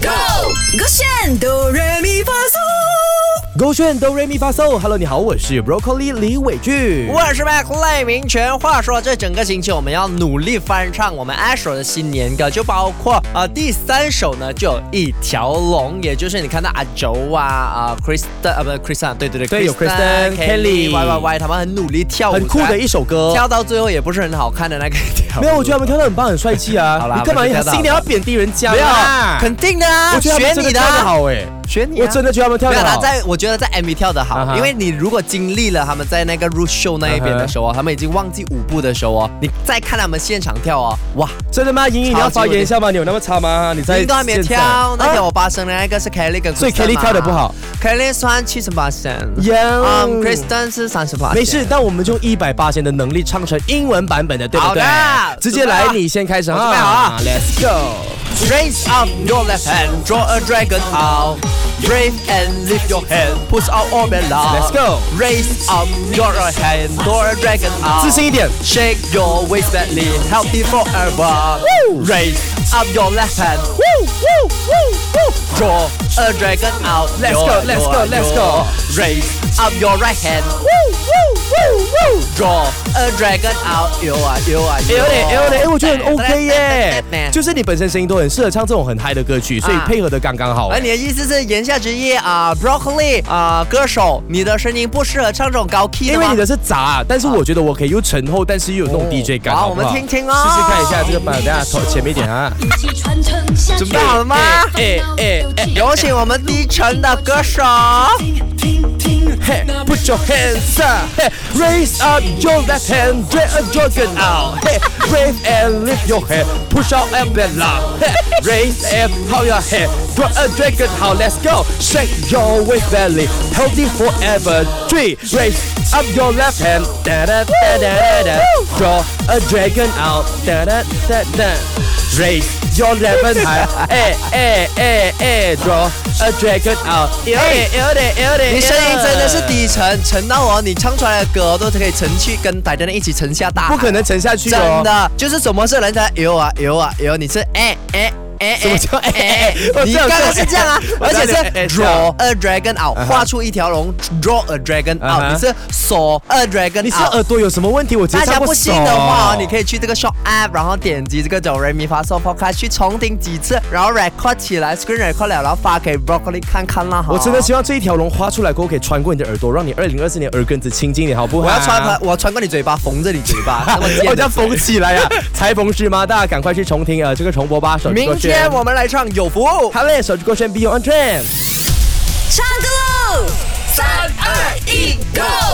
Go！勾选哆来咪发嗦，勾选哆瑞咪发嗦，Hello，你好，我是 Broccoli 李伟俊。我是 Mac 赖明全。话说，这整个星期我们要努力翻唱我们 Astro 的新年歌，就包括啊、呃第三首呢，就有一条龙，也就是你看到阿周啊啊、Kristen 啊不是 Kristen 对对对，对有 Kristen，Y Kelly Y Y 他们很努力跳舞，很酷的一首歌，跳到最后也不是很好看的那个跳舞。没有，我觉得他们跳的很棒，很帅气啊。好啦你干嘛我就知道心里要贬低人家没有啦？，肯定的啊，我觉得他们选真你的的跳啊的，好哎，选你啊，我真的觉得他们跳没的有，他好。在我觉得在 MV 跳的好啊哈啊因为你如果经历了他们在那个 r o o show 那一边的时候哦他们已经忘记舞步的时候哦，你再看他们现场跳哦，哇，真的吗？莹莹，你要发言一下吗？你有那么差吗？你在音都还没现在跳，那天啊我八声的那个是 Kelly 跟 Kristen 嘛，所以 Kelly 跳得不好，Kelly 算七十八声，呀嗯，Kristen 是三十八，没事，但我们就一百八千的能力唱成英文版本的，对不对？好的直接来，你先开始准备好啊，Let's go。 Raise up your left hand, draw a dragon out. Brave and lift your hand, push out all the love. Let's go. Raise up your right hand, draw a dragon out. 自信一点 Shake your waist badly, healthy forever. Woo! Raise up your left hand, draw a dragon out. Let's go, Yo, let's yo, go, let's yo. go. Raise up your right hand, draw a dragon out. ah, You are, you are, you，哎有点，哎有点，哎，我觉得很 OK 耶就是你本身声音都很适合唱这种很嗨的歌曲，所以啊配合的刚刚好。而你的意思是言下之意啊、b r o c c o l i 啊、歌手，你的声音不适合唱这种高 key 的因吗为你的是杂，但是我觉得我可以又醇厚，但是又有那种哦 DJ 感，好好不好我们听听哦试试看一下这个版，等下头前面一点啊。准备好了吗？ 哎哎哎，有请我们低沉的歌手。 Hey, put your hands up. Hey, raise up your left hand, draw a dragon out. Hey, brave and lift your head, push out umbrella. Hey, raise up, hold your head, draw a dragon out. Let's go. Shake your waist belly, healthy forever. Three, raise up your left hand, da da da da da. Draw a dragon out, da da da da. Raise your left hand high, eh eh eh eh. Draw a dragon out. Eh, 有点有点有点你声音真的是低沉，沉到哦，你唱出来的歌都可以沉去跟歹人一起沉下大海。不可能沉下去哦真。的，就是什么是人才游啊游啊游，你是哎哎。哎，什么叫哎哎哎你刚刚是这样啊，我而且知道你是哎哎知 draw 道 a dragon out，画出一条龙，draw a dragon 啊哈 out，你是 saw a dragon 你是 out 耳。朵有什么问题？我直接大唱家不信的熟话，你可以去这个 Shop App，然后点击这个 Do Re Mi Fa So Podcast 去重听几次，然后 record 起来，screen record 了，然后发给 Broccoli 看看啦。哈我真的希望这一条龙花出来过后可以穿过你的耳朵，让你二零二四年耳根子清净一点，好不好？我要穿过，我要穿过你嘴巴，缝着你嘴 巴，那么尖的嘴 我要缝起 来呀！裁缝师吗？大家赶快去重听呃这个重播吧，手机明歌轩天我们来唱有 福。好嘞，手机歌轩 Beyond Trend。唱歌喽！三二一，Go！